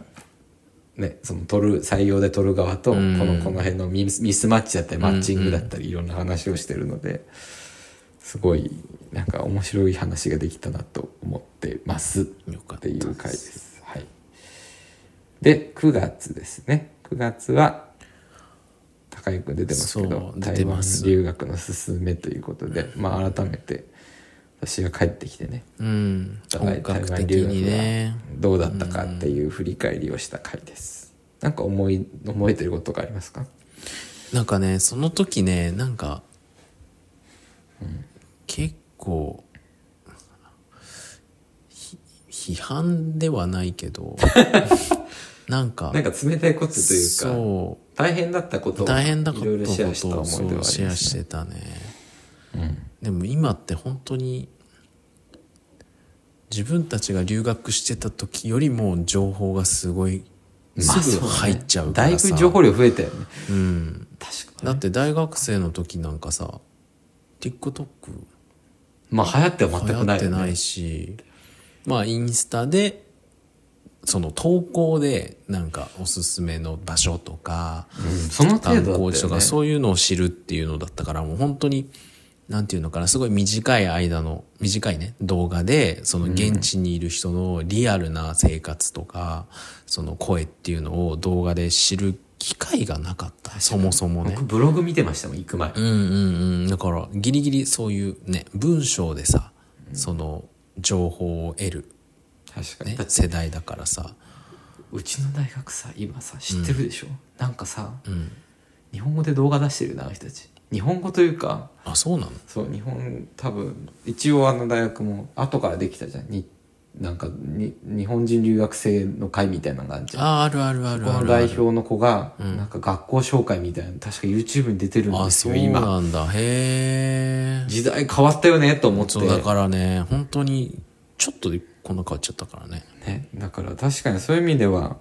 Speaker 1: ねその取る採用で取る側とこ
Speaker 2: うん
Speaker 1: のこの辺のミスミスマッチだったりマッチングだったりいろんな話をしてるのですごいなんか面白い話ができたなと思ってます。
Speaker 2: よか
Speaker 1: っ
Speaker 2: ってた
Speaker 1: いう回です。はい。で、9月ですね。9月は、高井くん出てますけど
Speaker 2: そ、う出
Speaker 1: 台
Speaker 2: て
Speaker 1: 湾
Speaker 2: ます
Speaker 1: 留学の勧めということで、まあ改めて、私が帰ってきてね、
Speaker 2: うん
Speaker 1: お互い
Speaker 2: 本
Speaker 1: 台
Speaker 2: 格
Speaker 1: 湾
Speaker 2: 的
Speaker 1: 留
Speaker 2: に
Speaker 1: 学
Speaker 2: ね
Speaker 1: がどうだったかっていう振り返りをした回です。なんか思い、思えてることがありますか
Speaker 2: なんかねその時ねなんか、結構ひ批判ではない けどなんか
Speaker 1: なんか冷たいことというか、
Speaker 2: そ
Speaker 1: 大変だったこと
Speaker 2: う
Speaker 1: を
Speaker 2: 大変だった
Speaker 1: い
Speaker 2: こ
Speaker 1: ろいろシェアした思
Speaker 2: とを
Speaker 1: い出
Speaker 2: そ
Speaker 1: は
Speaker 2: う
Speaker 1: あ
Speaker 2: シ
Speaker 1: り
Speaker 2: ェ
Speaker 1: ます、ね。
Speaker 2: アしてたね
Speaker 1: うん
Speaker 2: でも今って本当に自分たちが留学してた時よりも情報がすごい
Speaker 1: まあ
Speaker 2: すぐ入っちゃうから
Speaker 1: そう
Speaker 2: さ、
Speaker 1: だねだいぶ情報量増えたよね。
Speaker 2: うん
Speaker 1: 確か
Speaker 2: だ
Speaker 1: に。
Speaker 2: って大学生の時なんかさ TikTok
Speaker 1: まあ流行っては
Speaker 2: 流
Speaker 1: 全く
Speaker 2: 行っ
Speaker 1: ない
Speaker 2: て
Speaker 1: よ
Speaker 2: な
Speaker 1: ね。
Speaker 2: いしまあインスタでその投稿でなんかおすすめの場所とか、
Speaker 1: その程
Speaker 2: 観
Speaker 1: 度だったよ
Speaker 2: 光
Speaker 1: ね
Speaker 2: 地とかそういうのを知るっていうのだったからもう本当になんていうのかなすごい短い間の短いね動画でその現地にいる人のリアルな生活とか、その声っていうのを動画で知る機会がなかったそもそもね
Speaker 1: 僕ブログ見てましたもん行く前、
Speaker 2: うんうんうんだからギリギリそういうね文章でさ、その情報を得る、
Speaker 1: 確かに、
Speaker 2: ね
Speaker 1: だ、って
Speaker 2: 世代だからさ
Speaker 1: うちの大学さ今さ知ってるでしょ、なんかさ、日本語で動画出してるなあの人たち日本語というか
Speaker 2: あそうなの
Speaker 1: そう日本多分一応あの大学も後からできたじゃんになんかに日本人留学生の会みたいなのがあるじゃん
Speaker 2: ああるあるある
Speaker 1: こ
Speaker 2: あ
Speaker 1: の
Speaker 2: るあ
Speaker 1: 代
Speaker 2: る
Speaker 1: 表の子がなんか学校紹介みたいなの確か YouTube に出てるん
Speaker 2: あ
Speaker 1: です
Speaker 2: そ
Speaker 1: よ
Speaker 2: う
Speaker 1: 今
Speaker 2: なんだへえ
Speaker 1: 時代変わったよねと思って
Speaker 2: そうだからね本当にちょっとでこんな変わっちゃったからね
Speaker 1: ね、だから確かにそういう意味では、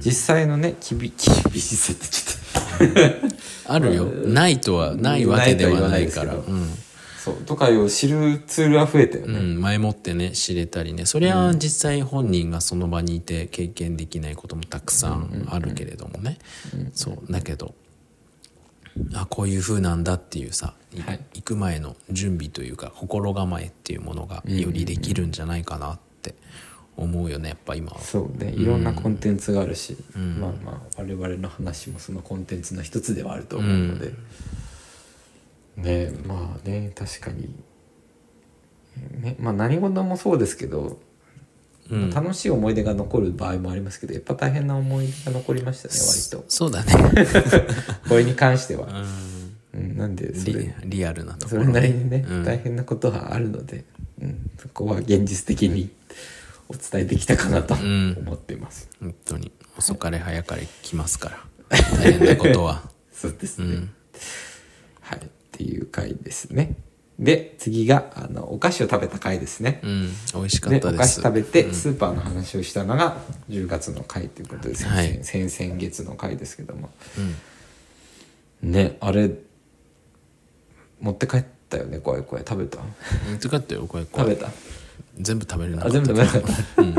Speaker 1: 実際のね厳厳しさってちょっと
Speaker 2: あるよないとはないわけではないか ら
Speaker 1: ないとは言
Speaker 2: うん、
Speaker 1: そうとかを知るツールは増えたよ
Speaker 2: う
Speaker 1: ね、
Speaker 2: ん、前もってね知れたりねそりゃ実際本人がその場にいて経験できないこともたくさんあるけれどもね、そうだけどあこういう風なんだっていうさ、い
Speaker 1: はい
Speaker 2: 行く前の準備というか心構えっていうものがよりできるんじゃないかなって思うよねやっぱ今は。
Speaker 1: そうねいろんなコンテンツがあるし、まあまあ我々の話もそのコンテンツの一つではあると思うので、ねまあね確かにねまあ、何事もそうですけど、
Speaker 2: うん
Speaker 1: 楽しい思い出が残る場合もありますけどやっぱ大変な思い出が残りましたね割
Speaker 2: そうだね
Speaker 1: とこれに関して
Speaker 2: う
Speaker 1: は、
Speaker 2: ん
Speaker 1: うん、なんでそれ
Speaker 2: リリアルなとこ
Speaker 1: そ
Speaker 2: ろ
Speaker 1: れなりにね、
Speaker 2: うん
Speaker 1: 大変なことはあるので、うん、そこは現実的にお伝えできたかなと
Speaker 2: ん
Speaker 1: 思っています、
Speaker 2: 本当に遅かれ早かれ来ますから大変なことは
Speaker 1: そうです
Speaker 2: う
Speaker 1: ね、
Speaker 2: ん
Speaker 1: はいっていう回ですねで次があのお菓子を食べた回ですね、
Speaker 2: うん美味しか
Speaker 1: で
Speaker 2: った
Speaker 1: お
Speaker 2: で
Speaker 1: 菓子
Speaker 2: す
Speaker 1: 食べてスーパーの話をしたのが10月の回ということです、
Speaker 2: はい
Speaker 1: 先先々月の回ですけども
Speaker 2: うん
Speaker 1: ねあれ持って帰ったよね怖い怖い食べた
Speaker 2: うんよかったよこれこ
Speaker 1: 食べ
Speaker 2: れ
Speaker 1: た
Speaker 2: 全部食べれなか
Speaker 1: あ
Speaker 2: った
Speaker 1: 全部食べなかった
Speaker 2: うん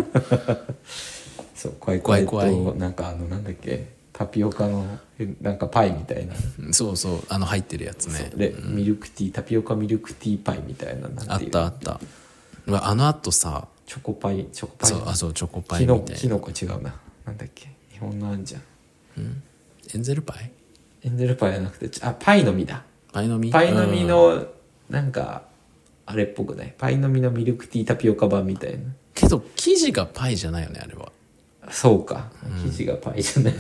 Speaker 1: そう怖い怖い
Speaker 2: 怖い怖
Speaker 1: となんかあのなんだっけタピオカのえなんかパイみたいな、
Speaker 2: そうそうあの入ってるやつね
Speaker 1: でミルクティータピオカミルクティーパイみたいななん
Speaker 2: あって
Speaker 1: いう
Speaker 2: たあったうわあのあとさ
Speaker 1: チョコパイチョコパイ
Speaker 2: そうあそうチョコパイ
Speaker 1: キノ
Speaker 2: み
Speaker 1: コ
Speaker 2: た
Speaker 1: キ
Speaker 2: いな
Speaker 1: ノコ違うななんだっけ日本のあんじゃん
Speaker 2: エンゼルパイ
Speaker 1: エンゼルパイじゃなくてちあパイの実だ
Speaker 2: パイの実
Speaker 1: パイの実のなんかあれっぽくないパイの実のミルクティータピオカ版みたいな
Speaker 2: けど生地がパイじゃないよねあれは
Speaker 1: そうか生地がパイ じゃない、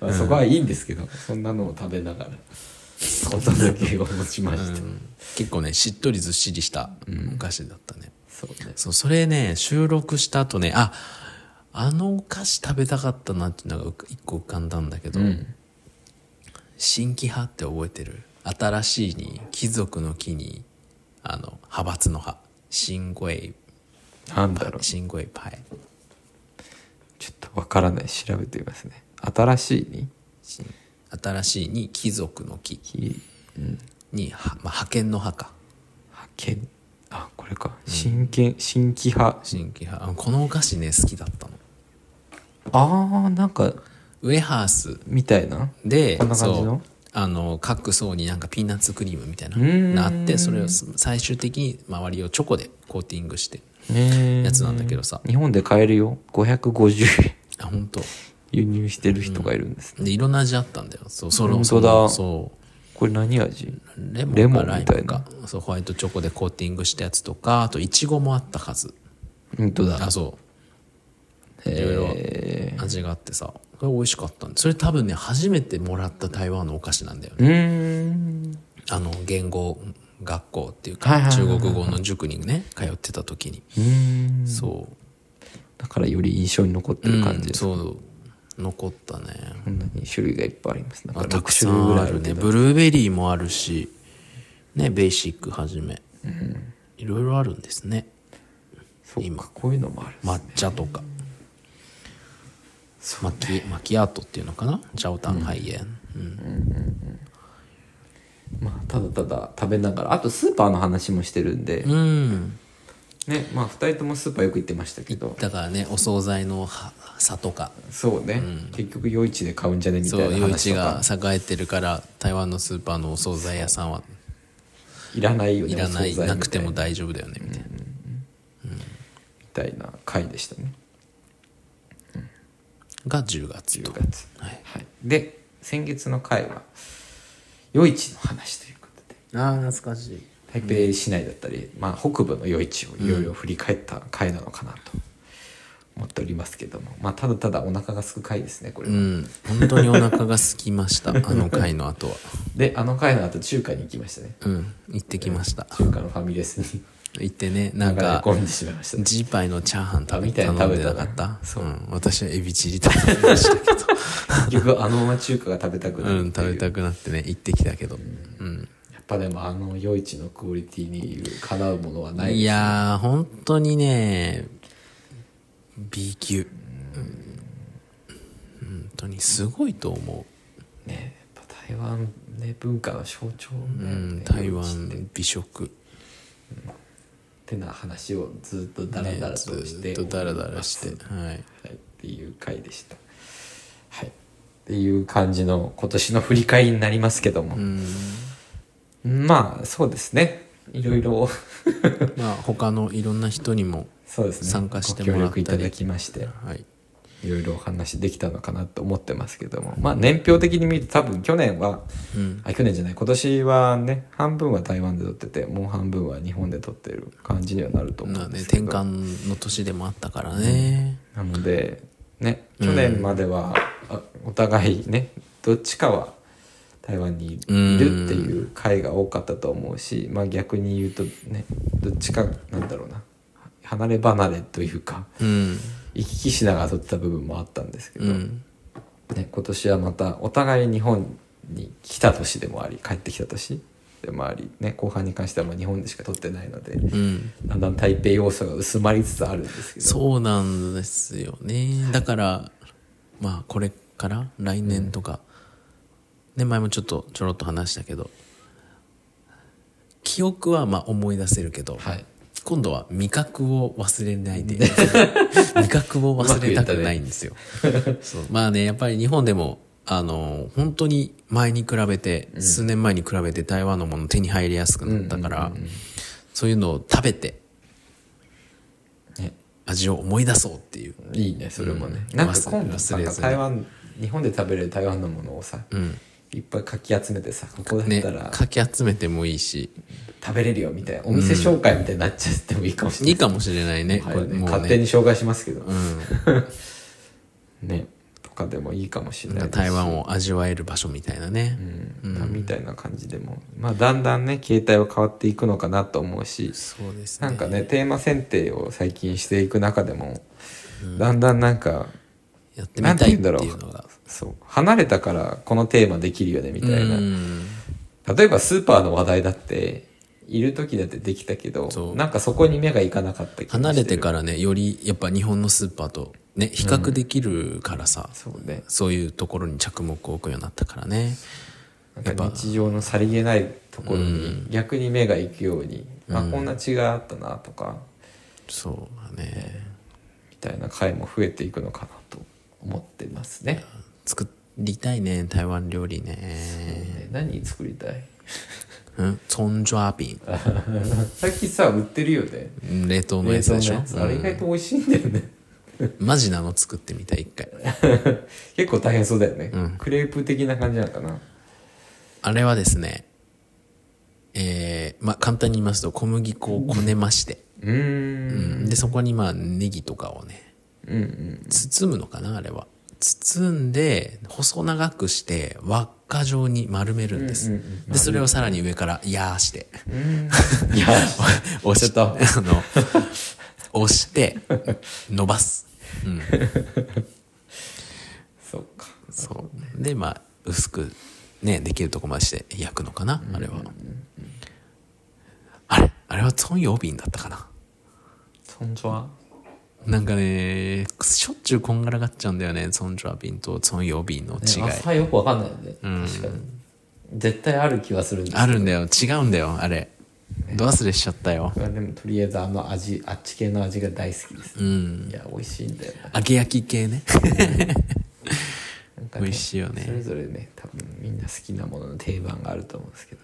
Speaker 1: まあ、そこはいいんですけど、そんなのを食べながらお酒を持ちました、
Speaker 2: 結構ねしっとりずっしりしたお菓子だったね、
Speaker 1: そうね
Speaker 2: そうそれね収録した後ねああのお菓子食べたかったなっていうのがうか一個浮かんだんだけど、
Speaker 1: ん
Speaker 2: 新規派って覚えてる新しいに貴族の木にあの派閥の派新語イ
Speaker 1: なんだろうち
Speaker 2: 新語イパイ
Speaker 1: ょっとわからない調べてみますね新しいに
Speaker 2: 新新しいに貴族の木
Speaker 1: ひ
Speaker 2: に、はまあ、派遣の派か
Speaker 1: 派遣あこれか新権新規派
Speaker 2: 新規派あのこのお菓子ね好きだったの
Speaker 1: あーなんか
Speaker 2: ウェハース
Speaker 1: みたいな
Speaker 2: で
Speaker 1: こんな感じの
Speaker 2: そうあの各層になんかピーナッツクリームみたいな
Speaker 1: ーん
Speaker 2: のあってそれをす最終的に周りをチョコでコーティングしてや
Speaker 1: や
Speaker 2: つなんだけどさ
Speaker 1: 日本で買えるよ550円
Speaker 2: あ本当
Speaker 1: 輸入してる人がいるんです、ね
Speaker 2: でいろんな味あったんだよそうそ
Speaker 1: 本
Speaker 2: の
Speaker 1: 当
Speaker 2: そ
Speaker 1: だ
Speaker 2: のそう
Speaker 1: これ何味
Speaker 2: レモン
Speaker 1: レ
Speaker 2: レ
Speaker 1: モ
Speaker 2: モ
Speaker 1: ン
Speaker 2: ン
Speaker 1: み
Speaker 2: み
Speaker 1: た
Speaker 2: た
Speaker 1: い
Speaker 2: い
Speaker 1: な
Speaker 2: なそうホワイトチョコでコーティングしたやつとかあとイチゴもあったはず
Speaker 1: 本当だ
Speaker 2: あそういろいろ
Speaker 1: え
Speaker 2: 味があってさこれ美味しかったんでそれ多分ね初めてもらった台湾のお菓子なんだよね
Speaker 1: ー、うーん
Speaker 2: あの言語学校っていう
Speaker 1: はいはい
Speaker 2: か
Speaker 1: はい
Speaker 2: 中
Speaker 1: はい
Speaker 2: 国語の塾にね通ってた時に
Speaker 1: うーん
Speaker 2: そう
Speaker 1: だからより印象に残ってる感じ
Speaker 2: うん
Speaker 1: です、
Speaker 2: そう残ったね
Speaker 1: こんなに種類がいっぱいありますなんか
Speaker 2: あた
Speaker 1: 6
Speaker 2: くさ
Speaker 1: 種類ぐ
Speaker 2: ん
Speaker 1: ら
Speaker 2: あ
Speaker 1: いある
Speaker 2: る
Speaker 1: け
Speaker 2: ね
Speaker 1: ど
Speaker 2: ブルーベリーもあるしねベーシックはじめ、いろいろあるんですね
Speaker 1: そうかこういうのもあるんです
Speaker 2: 抹茶とか、マキマキアートっていうのかなジャオタンハイエン、うん
Speaker 1: まあただただ食べながらあとスーパーの話もしてるんで、
Speaker 2: うん
Speaker 1: ねまあ2人ともスーパーよく行ってましたけど
Speaker 2: だからねお惣菜のは差とか
Speaker 1: そうね、結局夜市で買うんじゃねみた
Speaker 2: そう
Speaker 1: いな
Speaker 2: 夜市
Speaker 1: 話とか
Speaker 2: が栄えてるから台湾のスーパーのお惣菜屋さんはい
Speaker 1: らないよね
Speaker 2: いらない
Speaker 1: お惣菜みた
Speaker 2: なくても大丈夫だよねみたいな、
Speaker 1: みたいな回でしたね
Speaker 2: が10月と
Speaker 1: 10月
Speaker 2: はい
Speaker 1: はい、で先月の回は夜市の話ということで
Speaker 2: ああ懐かしい
Speaker 1: 台北市内だったり、まあ、北部の夜市をいろいろ振り返った回なのかなと思っておりますけども、まあ、ただただお腹が空く回ですねこれ
Speaker 2: う
Speaker 1: は、
Speaker 2: ん本当にお腹が空きましたあの回の後は
Speaker 1: であの回の後中華に行きましたね
Speaker 2: うん行ってきました
Speaker 1: 中華のファミレスに
Speaker 2: 行ってねなん
Speaker 1: 流れ
Speaker 2: か
Speaker 1: 込んでしまいましたね
Speaker 2: ジーパイのチャーハン食べ
Speaker 1: みたいなの
Speaker 2: 頼
Speaker 1: 食
Speaker 2: ん
Speaker 1: べ
Speaker 2: で
Speaker 1: た
Speaker 2: な
Speaker 1: な
Speaker 2: かった
Speaker 1: そう
Speaker 2: うん、私はエビチリ食べましたけど
Speaker 1: 結局あのまま中華が食べたくな
Speaker 2: う
Speaker 1: る
Speaker 2: ん
Speaker 1: っていう
Speaker 2: 食べたくなってね行ってきたけどうん、
Speaker 1: やっぱでもあの夜市のクオリティにかなうものはない
Speaker 2: いやー本当にね B 級うん本当にすごいと思
Speaker 1: ねやっぱ台湾ね文化の象徴
Speaker 2: う、う
Speaker 1: だよ
Speaker 2: ん
Speaker 1: ね、
Speaker 2: 台
Speaker 1: 夜市って
Speaker 2: 湾美食
Speaker 1: ってな話をずっとダラダラとし
Speaker 2: ね
Speaker 1: て、
Speaker 2: ずっとダラダラしてはい
Speaker 1: はい、っていう回でした。はい、っていう感じの今年の振り返りになりますけども、
Speaker 2: うん
Speaker 1: まあそうですねいろい ろ
Speaker 2: まあ他のいろんな人にも
Speaker 1: そうですね
Speaker 2: 参加してもらった
Speaker 1: ご協力
Speaker 2: り
Speaker 1: いただきまして
Speaker 2: はい
Speaker 1: いろいろお話できたのかなと思ってますけどもまあ年表的に見ると多分去年は
Speaker 2: うん
Speaker 1: あ去年じゃない今年はね半分は台湾で撮っててもう半分は日本で撮ってる感じにはなると思
Speaker 2: な
Speaker 1: うんんで
Speaker 2: です
Speaker 1: け
Speaker 2: 転
Speaker 1: ど、
Speaker 2: 換の年でもあったからね
Speaker 1: なのでね去年までは、あお互いねどっちかは台湾にいるっていう回が多かったと思うし、まあ逆に言うとねどっちかなんだろうな離れ離れというか
Speaker 2: うん
Speaker 1: 行き来しながら撮ってた部分もあったんですけど、
Speaker 2: うん
Speaker 1: ね、今年はまたお互い日本に来た年でもあり帰ってきた年でもあり、ね、後半に関してはもう日本でしか撮ってないので、
Speaker 2: うん
Speaker 1: だんだん台北要素が薄まりつつあるんですけど
Speaker 2: そうなんですよねだからまあこれから来年とか、ね前もちょっとちょろっと話したけど記憶はまあ思い出せるけど、
Speaker 1: はい
Speaker 2: 今度は味覚を忘れないで 味覚を忘れたくないんですよ、そうまあねやっぱり日本でもあの本当に前に比べて、数年前に比べて台湾のもの手に入りやすくなったから、そういうのを食べて
Speaker 1: ね、
Speaker 2: 味を思い出そうっていう
Speaker 1: いいねそれもね、
Speaker 2: うん
Speaker 1: なんか
Speaker 2: 忘
Speaker 1: 今度
Speaker 2: 忘
Speaker 1: なん
Speaker 2: れ
Speaker 1: か
Speaker 2: ずに
Speaker 1: 台湾日本で食べれる台湾のものをさ、
Speaker 2: うん
Speaker 1: いっぱいかき集めてさここだっ
Speaker 2: ね
Speaker 1: たら
Speaker 2: かき集めてもいいし
Speaker 1: 食べれるよみたいなお店紹介みたいになっちゃってもいいかもしれない
Speaker 2: いいかもしれないね
Speaker 1: はい
Speaker 2: これもうね
Speaker 1: 勝手に紹介しますけど、
Speaker 2: うん
Speaker 1: ねとかでもいいかもしれないですし
Speaker 2: 台湾を味わえる場所みたいなね、
Speaker 1: うん、みたいな感じでも、まあ、だんだんね携帯は変わっていくのかなと思うし
Speaker 2: そうですね
Speaker 1: なんかねテーマ選定を最近していく中でも、だんだんなんか
Speaker 2: やってみたいっていう
Speaker 1: なんて言うん
Speaker 2: のが
Speaker 1: そう離れたからこのテーマできるよねみたいな、
Speaker 2: うん
Speaker 1: 例えばスーパーの話題だっている時だってできたけど
Speaker 2: そう
Speaker 1: なんかそこに目がいかなかった気がしてる
Speaker 2: 離れてからねよりやっぱ日本のスーパーとね比較できるからさ、
Speaker 1: そうね
Speaker 2: そういうところに着目を置くようになったからね
Speaker 1: なんか日常のさりげないところに逆に目が行くように、あこんな違いあったなとか
Speaker 2: そうだね
Speaker 1: みたいな回も増えていくのかなと思ってますね。
Speaker 2: 作りたいね台湾料理ね
Speaker 1: ね何作りたい
Speaker 2: うんソンジョアビ
Speaker 1: 最近さ売ってるよね
Speaker 2: ン冷凍のやつでしょ
Speaker 1: 冷、凍のやつあれ意外と美味しいんだよね
Speaker 2: うんマジなの作ってみたい一回
Speaker 1: 結構大変そうだよね、クレープ的な感じなのかな
Speaker 2: あれはですねえー、まあ簡単に言いますと小麦粉をこねまして、
Speaker 1: うーん
Speaker 2: でそこにまあネギとかをね
Speaker 1: うんうん
Speaker 2: 包むのかなあれは包んで細長くして輪っか状に丸めるんです、
Speaker 1: うんうんうん
Speaker 2: でそれをさらに上から「やー」して
Speaker 1: うーんいや
Speaker 2: 押し
Speaker 1: ちょっ
Speaker 2: あの押して伸ばす、うん、
Speaker 1: そっか
Speaker 2: そうでまあ薄くねできるとこまでして焼くのかなあれは、あれあれはソンヨービンだったかな
Speaker 1: そんじょは
Speaker 2: なんかねしょっちゅうこんがらがっちゃうんだよねソンジョアビンとソンヨービンの違い、
Speaker 1: 朝よくわかんないよね、確かに絶対ある気はするんです
Speaker 2: あるんだよ違うんだよあれド忘れしちゃったよ
Speaker 1: 僕はでもとりあえずあの味あっち系の味が大好きです、いや美味しいんだよな
Speaker 2: 揚げ焼き系ね
Speaker 1: なんか
Speaker 2: 美味しいよね
Speaker 1: それぞれね多分みんな好きなものの定番があると思うんですけど、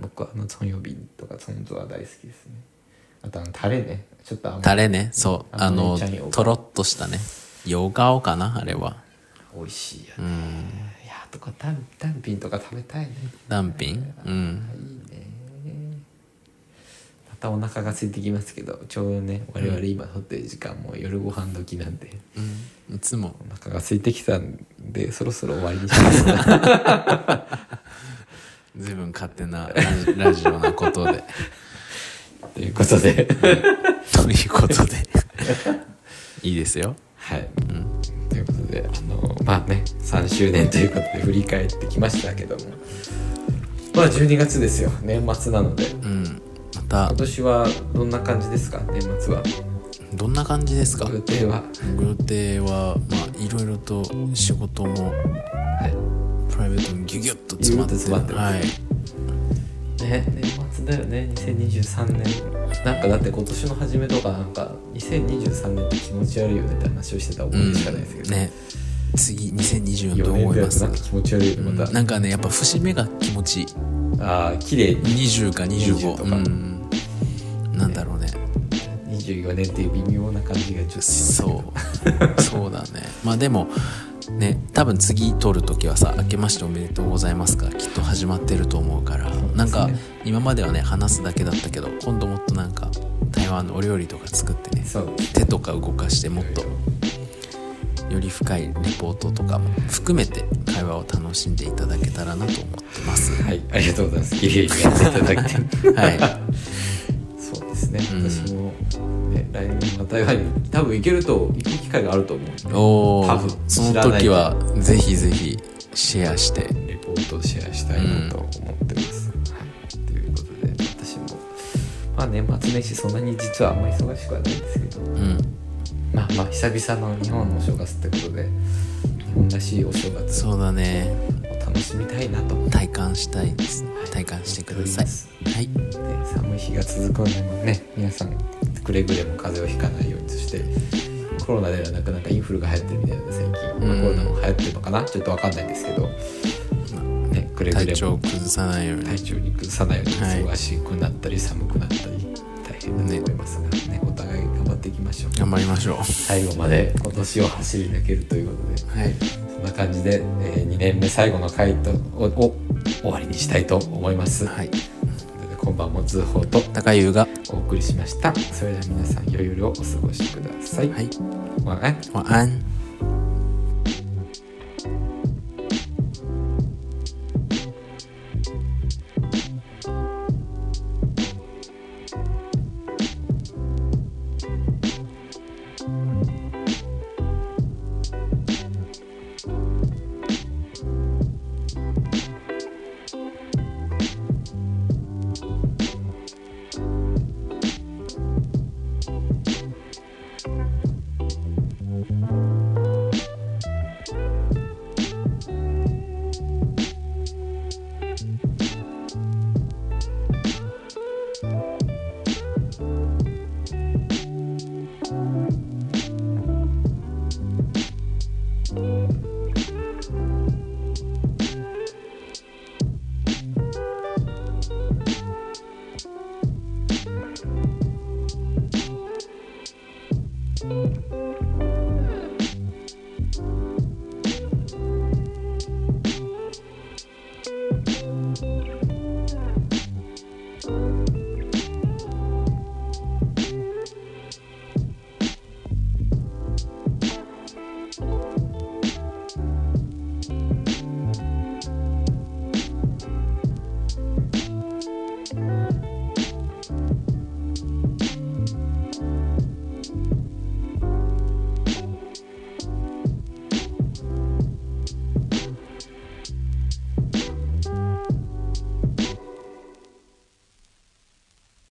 Speaker 1: 僕はあのツョンヨビンとかツョンゾは大好きですねあとあのタレねちょっと甘い
Speaker 2: タレねそう
Speaker 1: あ
Speaker 2: あの
Speaker 1: お姉ちゃんよ
Speaker 2: とろっとしたねよがおかなあれは
Speaker 1: 美味しいよね、いやとか単単品とか食べたいね
Speaker 2: ダンピンうん
Speaker 1: いいねまたお腹が空いてきますけどちょうどね我々今撮ってる時間も夜ご飯時なんで、
Speaker 2: いつも
Speaker 1: お腹が空いてきたんでそろそろ終わりにしますか
Speaker 2: 随分勝手なラジ ラジオなこと で
Speaker 1: ということ で
Speaker 2: ということで いいですよ
Speaker 1: はい、ということであのまあね3周年ということで振り返ってきましたけどもまあ12月ですよ年末なので今
Speaker 2: うんまた
Speaker 1: 年はどんな感じですか年末は
Speaker 2: どんな感じですか
Speaker 1: 予定は
Speaker 2: 予定はまあいろいろと仕事も
Speaker 1: は
Speaker 2: プライベートもギュギュッと詰まって
Speaker 1: ギュギュッと詰まっ
Speaker 2: は
Speaker 1: てる
Speaker 2: い
Speaker 1: いね年末だよね2023年なんかだって今年の初めとかなんか2023年って気持ち悪いよねって話をしてた覚えしかないですけど、
Speaker 2: ね次2024
Speaker 1: 4
Speaker 2: どう
Speaker 1: 年
Speaker 2: 思
Speaker 1: だ
Speaker 2: い
Speaker 1: よ
Speaker 2: ま
Speaker 1: と
Speaker 2: す
Speaker 1: なんか気持ち悪いよ
Speaker 2: う
Speaker 1: ね
Speaker 2: ん
Speaker 1: また、
Speaker 2: なんかねやっぱ節目が気持ちいい
Speaker 1: ああ綺麗に
Speaker 2: 20か25
Speaker 1: 20とか
Speaker 2: うんなんだろうね
Speaker 1: 20 2024年っていう微妙な感じがちょっと
Speaker 2: そうそうだねまあでもね多分次撮る時はさ「明けましておめでとうございます」からきっと始まってると思うからなんか今まではね話すだけだったけど今度もっとなんか台湾のお料理とか作ってね
Speaker 1: そう
Speaker 2: 手とか動かしてもっとより深いレポートとかも含めて会話を楽しんでいただけたらなと思ってま す。
Speaker 1: はいありがとうございますギリギリやっていただきて
Speaker 2: はい
Speaker 1: そうですね、
Speaker 2: うん
Speaker 1: 私も、ね、来年また台湾に多分行けると行く機会があると思うんで
Speaker 2: お
Speaker 1: 多
Speaker 2: お
Speaker 1: 分
Speaker 2: その時はぜひぜひシェアして
Speaker 1: レポートをシェアしたいなと思ってます。はいということで私も、まあ、年末年始そんなに実はあんまり忙しくはないんですけど
Speaker 2: うん
Speaker 1: まあまあ久々の日本のお正月ってことで日本らしいお正月を
Speaker 2: そうだね
Speaker 1: 楽しみたいなと思って
Speaker 2: 体感したいです体感してく
Speaker 1: お
Speaker 2: だ
Speaker 1: り
Speaker 2: さい
Speaker 1: ます。
Speaker 2: はい
Speaker 1: ね寒い日が続くのでね皆さんくれぐれも風邪をひかないようにそしてコロナではなくなんかインフルが流行ってるみたいなので最近、まあ
Speaker 2: うん
Speaker 1: コロナも流行ってるのかなちょっとわかんないんですけど、ね、くれぐれも
Speaker 2: 体調を崩さないように
Speaker 1: 体調に崩さないように
Speaker 2: はい
Speaker 1: 忙しくなったり寒くなったり大変だと思いますが、ねお互い頑張っていきましょう
Speaker 2: 頑張りましょう
Speaker 1: 最後まで今年を走り抜けるということで
Speaker 2: はい
Speaker 1: そんな感じで、え2年目最後の回とをを終わりにしたいと思います、
Speaker 2: はい
Speaker 1: ということで今晩も通報と
Speaker 2: 高優が
Speaker 1: お送りしましたそれでは皆さん良い夜をお過ごしください、
Speaker 2: はい
Speaker 1: 晚安
Speaker 2: 晚安